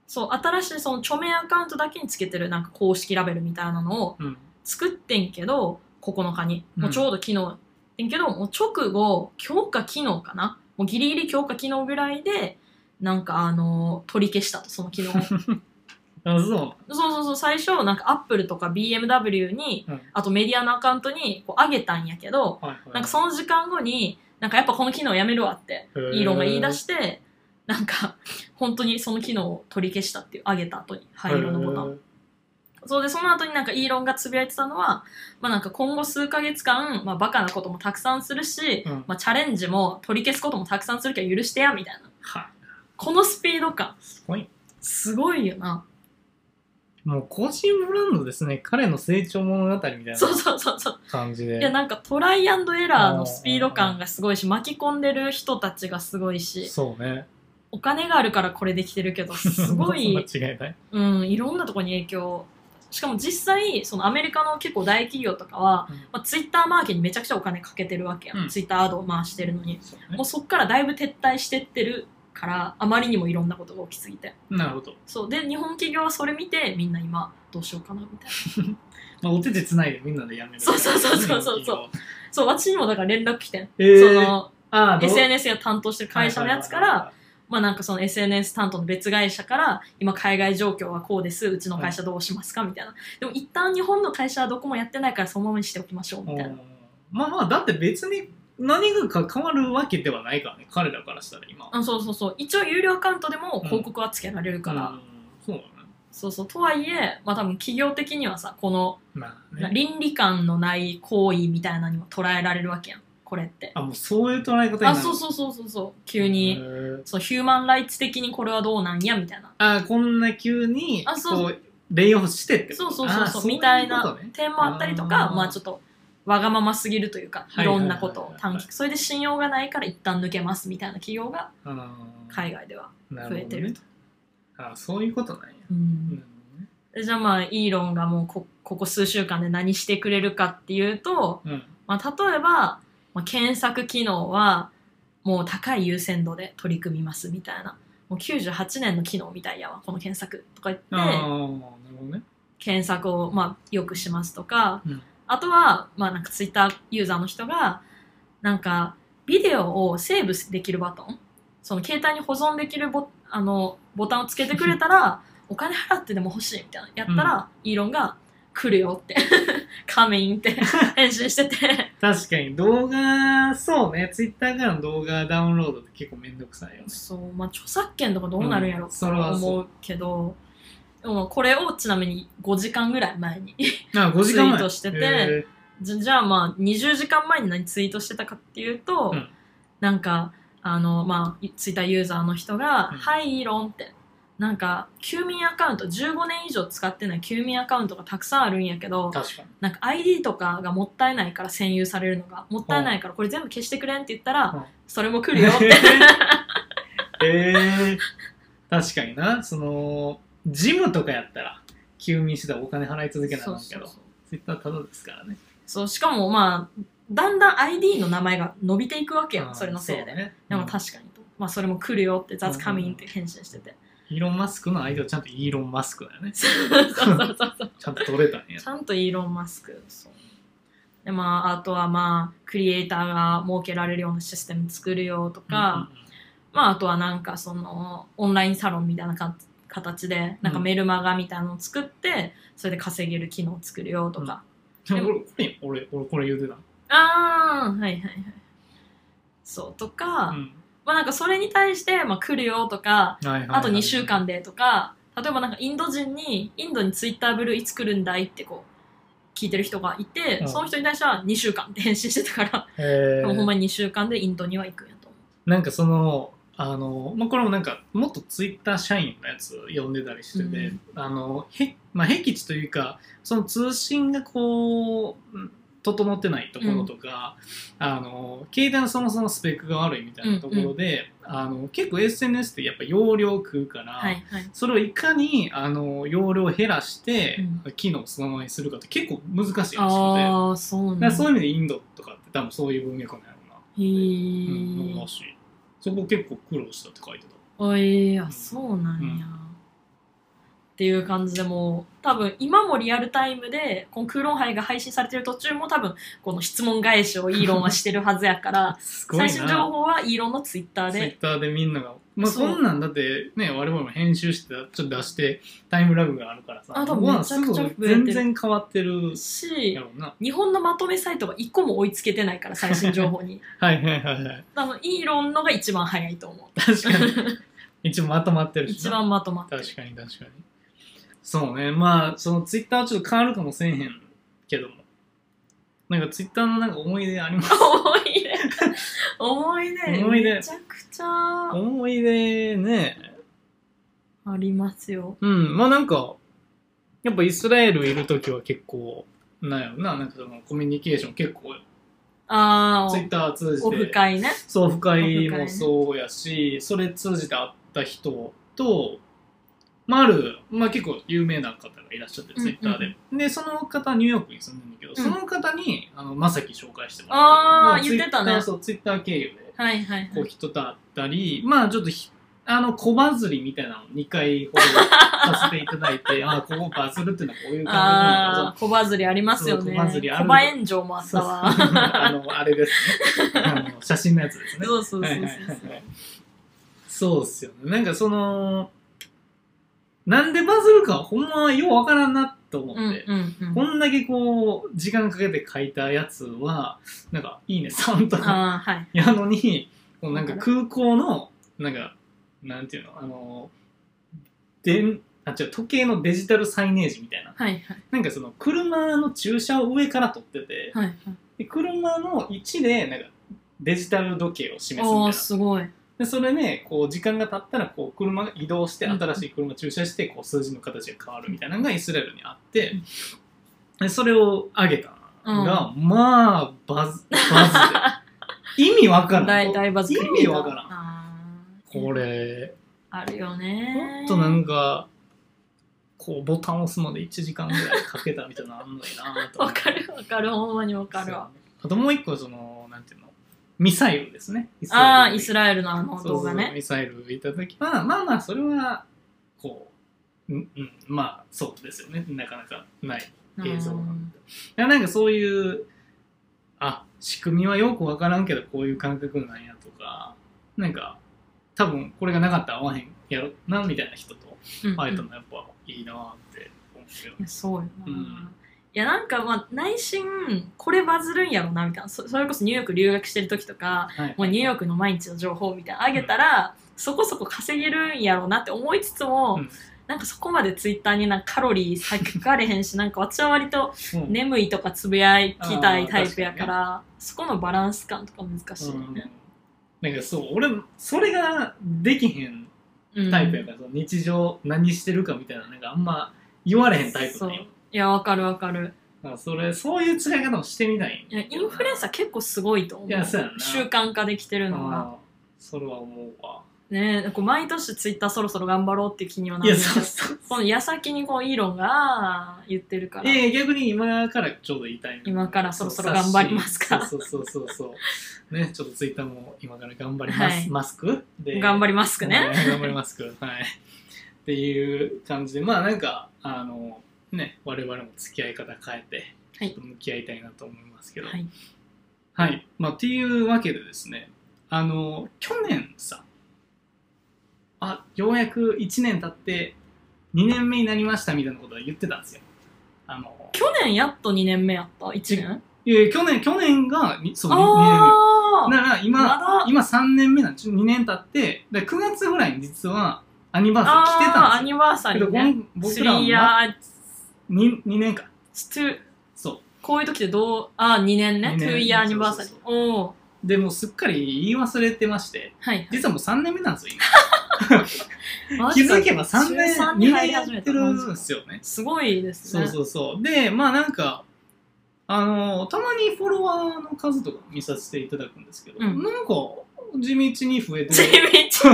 S2: そう新しいその著名アカウントだけにつけてるなんか公式ラベルみたいなのを
S1: うん
S2: 作ってんけど9日に
S1: うん
S2: もうちょうど昨日てんけど、もう直後今日か昨日かなもう ギリギリ今日か昨日ぐらいでなんかあの取り消したとその機能を
S1: あ、そ
S2: そうそうそう、最初、なんかアップルとか BMW に、
S1: う。うん
S2: あとメディアのアカウントにこう上げたんやけど、
S1: はいはい
S2: なんかその時間後に、なんかやっぱこの機能やめるわっ
S1: へ
S2: て、
S1: ー
S2: イーロンが言い出して、なんか、本当にその機能を取り消したっていう、上げた後に、灰色のボタンを。そうで、その後になんかイーロンがつぶやいてたのは、まあなんか今後数ヶ月間、まあバカなこともたくさんするし、
S1: うん
S2: まあチャレンジも取り消すこともたくさんするけど許してや、みたいな。
S1: は
S2: このスピード感、
S1: すごい。
S2: すごいよな。
S1: もう個人ブランドですね。彼の成長物語みたいな
S2: そうそうそうそう。
S1: 感じ
S2: いや
S1: で。
S2: なんかトライアンドエラーのスピード感がすごいし巻き込んでる人たちがすごいし
S1: そうね。
S2: お金があるからこれできてるけどすご
S1: 間
S2: い、
S1: 違いない。
S2: うん、いろんなところに影響しかも実際そのアメリカの結構大企業とかは、
S1: うん
S2: まあ、ツイッターマーケにめちゃくちゃお金かけてるわけや、
S1: うん
S2: ん、ツイッターアドを回してるのに
S1: そうね
S2: もうそっからだいぶ撤退してってるからあまりにもいろんなことが起きすぎて
S1: なるほど。
S2: そうで日本企業はそれ見てみんな今どうしようかなみたいな
S1: まあ、お手手つないでみんなでやめる。
S2: そうそうそうそうそうそう
S1: う。
S2: そう私にもだから連絡来てん、
S1: えー、
S2: その
S1: あーどう
S2: SNS が担当してる会社のやつか
S1: は
S2: ら、
S1: いはいはいはい
S2: まあなんかその SNS 担当の別会社から今海外状況はこうですうちの会社どうしますかみたいなでも一旦日本の会社はどこもやってないからそのままにしておきましょうみたいな
S1: うんまあまあ、だって別に何が変わるわけではないからね。彼らからしたら今。
S2: あそうそうそう一応有料アカウントでも広告はつけられるから、
S1: うんそうだね。
S2: そうそうとはいえまあ多分企業的にはさこの
S1: まあね。
S2: 倫理観のない行為みたいなのにも捉えられるわけやんこれって
S1: あ、もうそういう捉え方になる。
S2: あそうそうそうそうそう急
S1: へ
S2: に
S1: ー
S2: そうヒューマンライツ的にこれはどうなんやみたいな
S1: あこんな急に
S2: あそう
S1: こうレイオフしてって
S2: そ
S1: こと
S2: うそう
S1: あ
S2: そ
S1: ー
S2: うそう
S1: う
S2: みたいうな
S1: ことね
S2: 点もあったりと
S1: あ
S2: か
S1: ー
S2: まあちょっとわがまますぎるというか
S1: はいいはいはい
S2: ろ
S1: はい
S2: んなことを短期それで信用がないから一旦抜けますみたいな企業が
S1: あー
S2: 海外では、
S1: なほどね
S2: 増えてると
S1: あーそういうことなんや、
S2: うんじゃあまあイーロンがもうこここ数週間で何してくれるかっていうと、
S1: うん
S2: まあ、例えば、まあ、検索機能はもう高い優先度で取り組みますみたいなもう98年の機能みたいやわこの検索とか言
S1: ああ
S2: って
S1: ーなるほどね、
S2: 検索をまあよくしますとか
S1: うん
S2: あとは、まあなんかツイッターユーザーの人が、なんか、ビデオをセーブできるボタンその携帯に保存できるボあのボタンをつけてくれたら、お金払ってでも欲しいみたいな。やったら、イーロンが、来るよって、 仮面って 返信してて、
S1: 確かに動画そうねツイッターからの動画ダウンロードって結構めんどくさいよね
S2: そう、まあ著作権とかどうなるんやろって
S1: うんそれはそう
S2: 思うけど、でもこれをちなみに5時間ぐらい前に
S1: あ5時間前
S2: ツイートしてて
S1: へ
S2: じゃじゃあまあ20時間前に何ツイートしてたかっていうと、
S1: うん
S2: なんかあのまあツイッターユーザーの人が
S1: う
S2: 「
S1: ん
S2: はいイーロン」ってなんか休眠アカウント15年以上使ってない休眠アカウントがたくさんあるんやけど
S1: ー確かに
S2: なんか ID とかがもったいないから占有されるのがもったいないからこれ全部消してくれんって言ったら、
S1: うん
S2: それも来 るよって
S1: えー確かになそのジムとかやったら休眠してたらお金払い続けなあかんけど
S2: そう
S1: ツイッターただですからね
S2: そうしかもまあだんだん ID の名前が伸びていくわけ
S1: あ
S2: よ
S1: ー
S2: それのせいで、
S1: そうね
S2: でも
S1: うん
S2: 確かにと、まあそれも来るよって「That's
S1: うん
S2: coming」って返信してて、
S1: イーロン・マスクの相手はちゃんとイーロン・マスクだよね。
S2: そうそうそうそう
S1: ちゃんと取れたんや
S2: ち。ゃんとイーロン・マスク。そうでまあ、あとはまあ、クリエイターが設けられるようなシステム作るよとか、まあ、あとはなんかその、オンラインサロンみたいなか形で、なんかメルマガみたいなのを作って、それで稼げる機能を作るよとか。
S1: うんうんうん、でも俺、俺、俺、これ言うてた。
S2: あー、はいはいはい。そう、とか、
S1: うん
S2: まあなんかそれに対して、まあ来るよとか、
S1: はいはいはい
S2: あと2週間でとか、例えばなんかインド人に、インドにツイッターブルーいつ来るんだいってこう、聞いてる人がいて、
S1: うん
S2: その人に対しては2週間って返信してたから、
S1: へ
S2: 多分ほんま
S1: ー
S2: に2週間でインドには行くんやと思
S1: なんかその、あの、まあ、これもなんか、もっとツイッター社員のやつ読んでたりしてて、
S2: うん
S1: あの、へ、まあ、僻地というか、その通信がこう、うん整ってないところとか、あの、携帯のそもそもスペックが悪いみたいなところで、あの、結構 SNS ってやっぱ容量食うから、
S2: う。はいはい。
S1: それをいかにあの容量を減らして、
S2: う
S1: 機能をそのままにするかって結構難しいらしくてだか
S2: ああ、そうな
S1: ら
S2: んだ。
S1: そういう意味でインドとかって多分そういう文脈なんやろうな、
S2: へ
S1: う
S2: え
S1: ん、ら。しいそこ結構苦労したって書いてた
S2: あ、えー、あ、そうなんや。っていう感じでもう、多分今もリアルタイムで、このクーロン杯が配信されてる途中も多分、この質問返しをイーロンはしてるはずやから
S1: 、す
S2: 最新情報はイーロンのツイッター
S1: ツイ
S2: で
S1: ッターでみんながまあ、
S2: そう
S1: そんなんだってね我々も編集してちょっと出してタイムラグがあるからさ
S2: あ多
S1: こ
S2: 分
S1: こは
S2: めちゃくちゃ増えてる
S1: すぐ全然変わってる
S2: し
S1: やろうな
S2: 日本のまとめサイトが一個も追いつけてないから最新情 報に
S1: はいはいはいはい
S2: 多分イーロンのが一番早いと思う
S1: 確かに一応まとまってるし
S2: 一
S1: な
S2: 番まとまってる
S1: 確かに確かにそうねまあそのツイッターはちょっと変わるかもせえへんけどもなんかツイッターのなんか思い出あります
S2: 思い出思い出
S1: 思い出
S2: めちゃくちゃ
S1: 思い出ね
S2: ありますよ
S1: うんまあなんかやっぱイスラエルいる時は結構なんやろななんかそのコミュニケーション結構
S2: あ
S1: ツイ
S2: あ
S1: ッター通じて
S2: オフ会ね
S1: そうオフ会もそうやしそれ通じて会った人と、まあ、ある、まあ、結構有名な方がいらっしゃって
S2: うん
S1: ツイッターで、でその方ニューヨークに住んでるんだけど、
S2: ん
S1: その方にあのまさき紹介してもら
S2: あー
S1: ま Twitter-
S2: 言ってたね
S1: そうツイッター経由で
S2: はいはいは
S1: こう
S2: い
S1: 人と会ったり、まあちょっとひあの小バズりみたいなのを2回ほどさせていただい てあーここバズるっていうのはこういう感じなんだな
S2: ああ小バズりありますよね
S1: そう小バズりある
S2: 小葉炎上もあっ
S1: そう
S2: た
S1: そう
S2: わ
S1: あのあれですねあの写真のやつですね
S2: そうそうそう
S1: は
S2: そう
S1: いはいはいはいそうっすよねなんかそのなんでバズるかほんまようわからんなと思って、
S2: うんうんうん
S1: こんだけこう時間かけて書いたやつはなんか「いいね3」とか
S2: ああはい
S1: やのにこうなんか空港のなんかなんていうのあのでんあ違う時計のデジタルサイネージみたいな
S2: はいはい
S1: なんかその車の駐車を上から撮ってて
S2: はいはい
S1: で車の位置でなんかデジタル時計を示すみたい
S2: お
S1: な
S2: ーすごい
S1: でそれねこう時間が経ったらこう車が移動して
S2: うん
S1: 新しい車駐車してこう数字の形が変わるみたいなのがイスラエルにあってでそれを上げたのが、まあバズバズ で意味わから
S2: 大
S1: ん
S2: 大バズ
S1: 意味わからん
S2: ん
S1: これ
S2: あるよね
S1: もっとなんかこうボタン押すまで1時間ぐらいかけたみたいなのあんのになと思
S2: わ
S1: って
S2: かるわかるほんまにわかるわ
S1: あともう一個そのなんていうのミサイルですねイスラエル
S2: ああイスラエルのあの動画
S1: そうそう
S2: ね
S1: ミサイルいただきまあまあまあそれはこううんうんまあそうですよねなかなかない映像なんでいやなんかそういうあ仕組みはよくわからんけどこういう感覚なんやとかなんか多分これがなかったら合わへんやろなみたいな人と
S2: うんうん
S1: 会えたのやっぱいいなって思うけど
S2: いやそうよな、
S1: うん
S2: いやなんかまあ内心これバズるんやろなみたいなそそれこそニューヨーク留学してる時とか
S1: はい
S2: もうニューヨークの毎日の情報みたいなのあげたら、そこそこ稼げるんやろうなって思いつつも、
S1: うん
S2: なんかそこまでツイッターになんかカロリー割かれへん しなんか私は割と
S1: うん
S2: 眠いとかつぶやきたいタイプやからそこのバランス感とか難しいよね、
S1: うん、なんかそう俺それができへん
S2: うん
S1: タイプやから、その日常何してるかみたいななんかあんま言われへんタイプなんよ
S2: そういやわかるわかる
S1: だからそれそういう使い方をしてみたいん
S2: いやインフルエンサー結構すごいと思う
S1: いやそうやんな
S2: 習慣化できてるのが
S1: あーそれは思うわ
S2: ねえこう毎年ツイッターそろそろ頑張ろうっていう気にはないるん
S1: や
S2: です
S1: そう
S2: けど
S1: そう
S2: この矢先にこうイーロンが言ってるから、
S1: ええ逆に今からちょうどいいタイミング
S2: 今からそろそろ頑張りますか
S1: そうそうそうそうそうねちょっとツイッターも今から頑張ります、
S2: はい
S1: マスクで
S2: 頑張
S1: り
S2: りますくね、
S1: 頑張りますくはいっていう感じでまあなんかあのね我々も付き合い方変えて
S2: はい
S1: ちょっと向き合いたいなと思いますけど
S2: はい、
S1: はい。まあ、っていうわけでですね、あの、去年さ、あ、ようやく1年経って2年目になりましたみたいなことは言ってたんですよ。あの、
S2: 去年やっと2年目やった1年
S1: いやいや去年、去年がに、そう、2年
S2: あ
S1: 目。
S2: あ
S1: だから今、
S2: まだ
S1: 今3年目なんです。2年経って、で9月ぐらいに実はアニバーサリー来て
S2: あー
S1: たん
S2: ア
S1: です
S2: ニ
S1: よ。
S2: バーサ
S1: け
S2: リ
S1: ど
S2: ーね
S1: 僕僕
S2: スリ
S1: らは
S2: ー
S1: ま
S2: ヤー
S1: 2, 2年間。
S2: ツー
S1: そう。
S2: こういう時ってどうああ2年ね
S1: 二年
S2: 2イヤーアニバーサリー
S1: そう
S2: おお
S1: でもうすっかり言い忘れてまして、
S2: はい
S1: 実はもう3年目なんですよ、今。
S2: マ
S1: 気
S2: ジか
S1: づけば3年
S2: 13
S1: 2
S2: に
S1: 年
S2: 入り
S1: や
S2: 始め
S1: ったてるんですよね
S2: すごいです
S1: そ
S2: ね
S1: うそうそうでまあなんかあのたまにフォロワーの数とか見させていただくんですけど、
S2: うん
S1: なんか地道に増え
S2: 地
S1: てる
S2: 道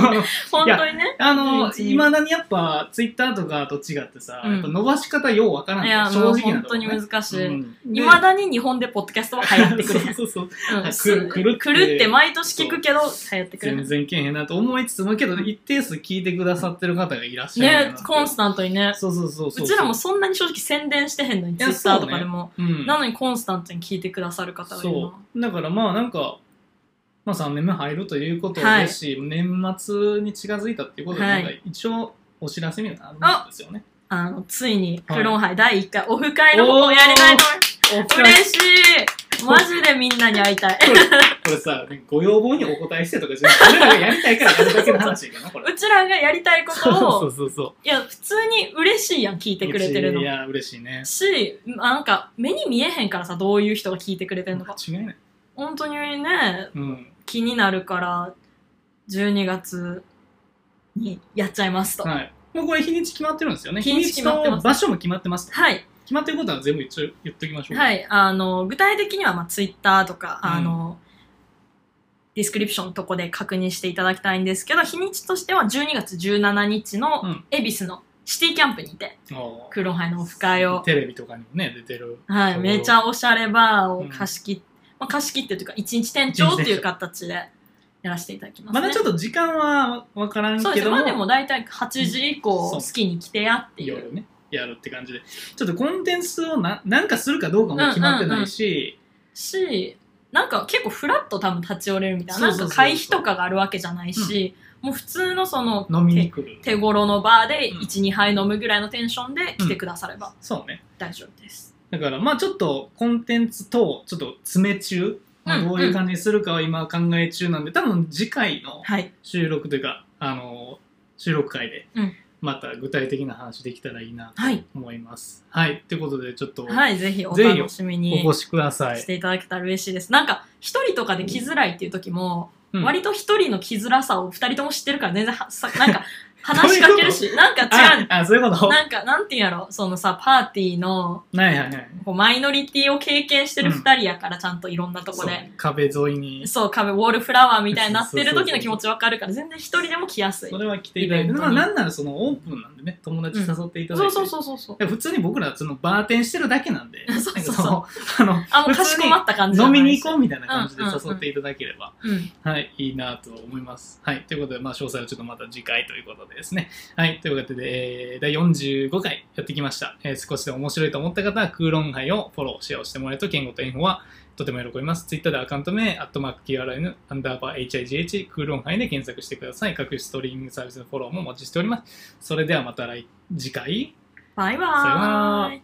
S2: 本当にね
S1: あの
S2: 地道に
S1: いまだにやっぱツイッターとかと違ってさ、
S2: うん
S1: やっぱ伸ばし方ようわからん
S2: い
S1: から
S2: や
S1: 正
S2: もう
S1: 直な
S2: 本
S1: とこ
S2: 当
S1: ろ、
S2: に
S1: ね、
S2: 難しい、
S1: うん。
S2: いまだに日本でポッドキャストは流行ってくれへん
S1: そう そうそう
S2: うん
S1: くるくるって
S2: くるって毎年聞くけど流行ってくれへ
S1: 全
S2: ん。
S1: 然けえへんなと思いつつもけど一定数聞いてくださってる方がいらっしゃる
S2: ね
S1: んだなって
S2: コンスタントにね。
S1: そうそうそうそう
S2: うちらもそんなに正直宣伝してへんのに、
S1: いや
S2: Twitter とかでも。
S1: うん
S2: なのにコンスタントに聞いてくださる方がいる
S1: そ
S2: の。
S1: うだからまあなんかまあ、3年目入るということですし、年末に近づいたっていうことで、
S2: はい
S1: なんか一応お知らせみたいなのあるんですよね。
S2: あの、ついに、
S1: はい
S2: クロン杯第1回、オフ会のことをやりたいと思います。
S1: お疲れ
S2: 嬉しいマジでみんなに会いた い。
S1: これさ、ご要望にお答えしてとかじゃなくて、俺らがやりたいからやるだけの話やからな、これ。
S2: うちらがやりたいこ
S1: そ
S2: と
S1: う
S2: を、
S1: そうそう。
S2: いや、普通に嬉しいやん、聞いてくれてるの
S1: い。や、嬉しいね。
S2: し、なんか、目に見えへんからさ、どういう人が聞いてくれてるのか。
S1: 違いない。
S2: 本当にね、
S1: うん。
S2: 気になるから、12月にやっちゃいますと。
S1: はい。もうこれ日にち決まってるんですよね。
S2: 日にち決まって
S1: と
S2: ます
S1: 場所も決まってますと。
S2: はい。
S1: 決まってることは全部一応言っときましょう。い。
S2: はい。あの、具体的には、まあ、ツイッターとか、
S1: うん
S2: あの、ディスクリプションのとこで確認していただきたいんですけど、日にちとしては12月17日の
S1: うん
S2: 恵比寿のシティキャンプにて、クロンハイのオフ会を、
S1: テレビとかにもね、出てる。
S2: はい、
S1: そう
S2: めちゃおしゃれバーを貸し切って、まあ、貸し切ってというか、一日店長っていう形でやらせていただきます、ね。
S1: まだちょっと時間はわからん
S2: そう
S1: け
S2: です
S1: ども、
S2: ね。まあでも大体8時以
S1: うん
S2: 降、
S1: そ
S2: 好
S1: う
S2: きに来てやっていう。
S1: 夜ね、やるって感じで。ちょっとコンテンツをななんかするかどうかも決まってないし、
S2: し、なんか結構フラッと多分立ち寄れるみたいな。
S1: そう
S2: な
S1: そ
S2: ん
S1: う
S2: か
S1: そうそう
S2: 会費とかがあるわけじゃないし、もう普通のその、
S1: 飲みに来る。
S2: 手手頃のバーで
S1: うん
S2: 1、2杯飲むぐらいのテンションで来てくだされば
S1: そうね。
S2: 大丈夫です。
S1: だからまあちょっとコンテンツとちょっと詰め中、ま
S2: う
S1: あ、
S2: ん
S1: どういう感じにするかは今考え中なんで多分次回の
S2: はい。
S1: 収録というかあの収録会で
S2: うん
S1: また具体的な話できたらいいなと
S2: はい。
S1: 思います。はい、ということでちょっと
S2: はい。ぜひお
S1: ぜひ
S2: 楽しみに
S1: お。越しください。
S2: していただけたら嬉しいです。なんか、一人とかで来づらいっていう時も、
S1: うん
S2: 割と一人の来づらさを二人とも知ってるから、全 然は、さなんか、話しかけるし、なんか違
S1: あ
S2: う。
S1: あ、そういうことはい
S2: なんか、なんていうんやろ、そのさ、パーティーの、
S1: はいはい。
S2: こうマイノリティを経験してる二人やから、ちゃんといろんなとこで。
S1: そう壁沿いに。
S2: そう、壁、ウォールフラワーみたいになってる
S1: そうそうそう
S2: 時の気持ちわかるから、全然一人でも来やすい。
S1: そ
S2: そう
S1: れは来ていただいて、
S2: イベント
S1: まあ
S2: に
S1: なんならそのオープンなんでね、友達誘っていただいて。
S2: そうそうそうそう。
S1: 普通に僕らそのバーテンしてるだけなんで、
S2: そうそうそう
S1: なんかその、あ
S2: あ、も
S1: の、
S2: うかしこまった感
S1: 普
S2: じ
S1: 通
S2: じ
S1: に飲
S2: ゃない
S1: み
S2: し
S1: に行こうみたいな感じで誘っていただければ、
S2: うん。
S1: はい、いいなと思います。はい、ということで、まあ詳細はちょっとまた次回ということでですね。はい、ということで、えー第45回やってきました。えー少しでも面白いと思った方は、クーロン杯をフォロー、シェアをしてもらえると、言語と英語はとても喜びます。Twitter でアカウント名、アットマーク QRN、アンダーバー HIGH、クーロン杯で検索してください。各ストリーミングサービスのフォローもお待ちしております。それではまた来次回。
S2: バイバ
S1: さよな
S2: ー
S1: ら
S2: イ。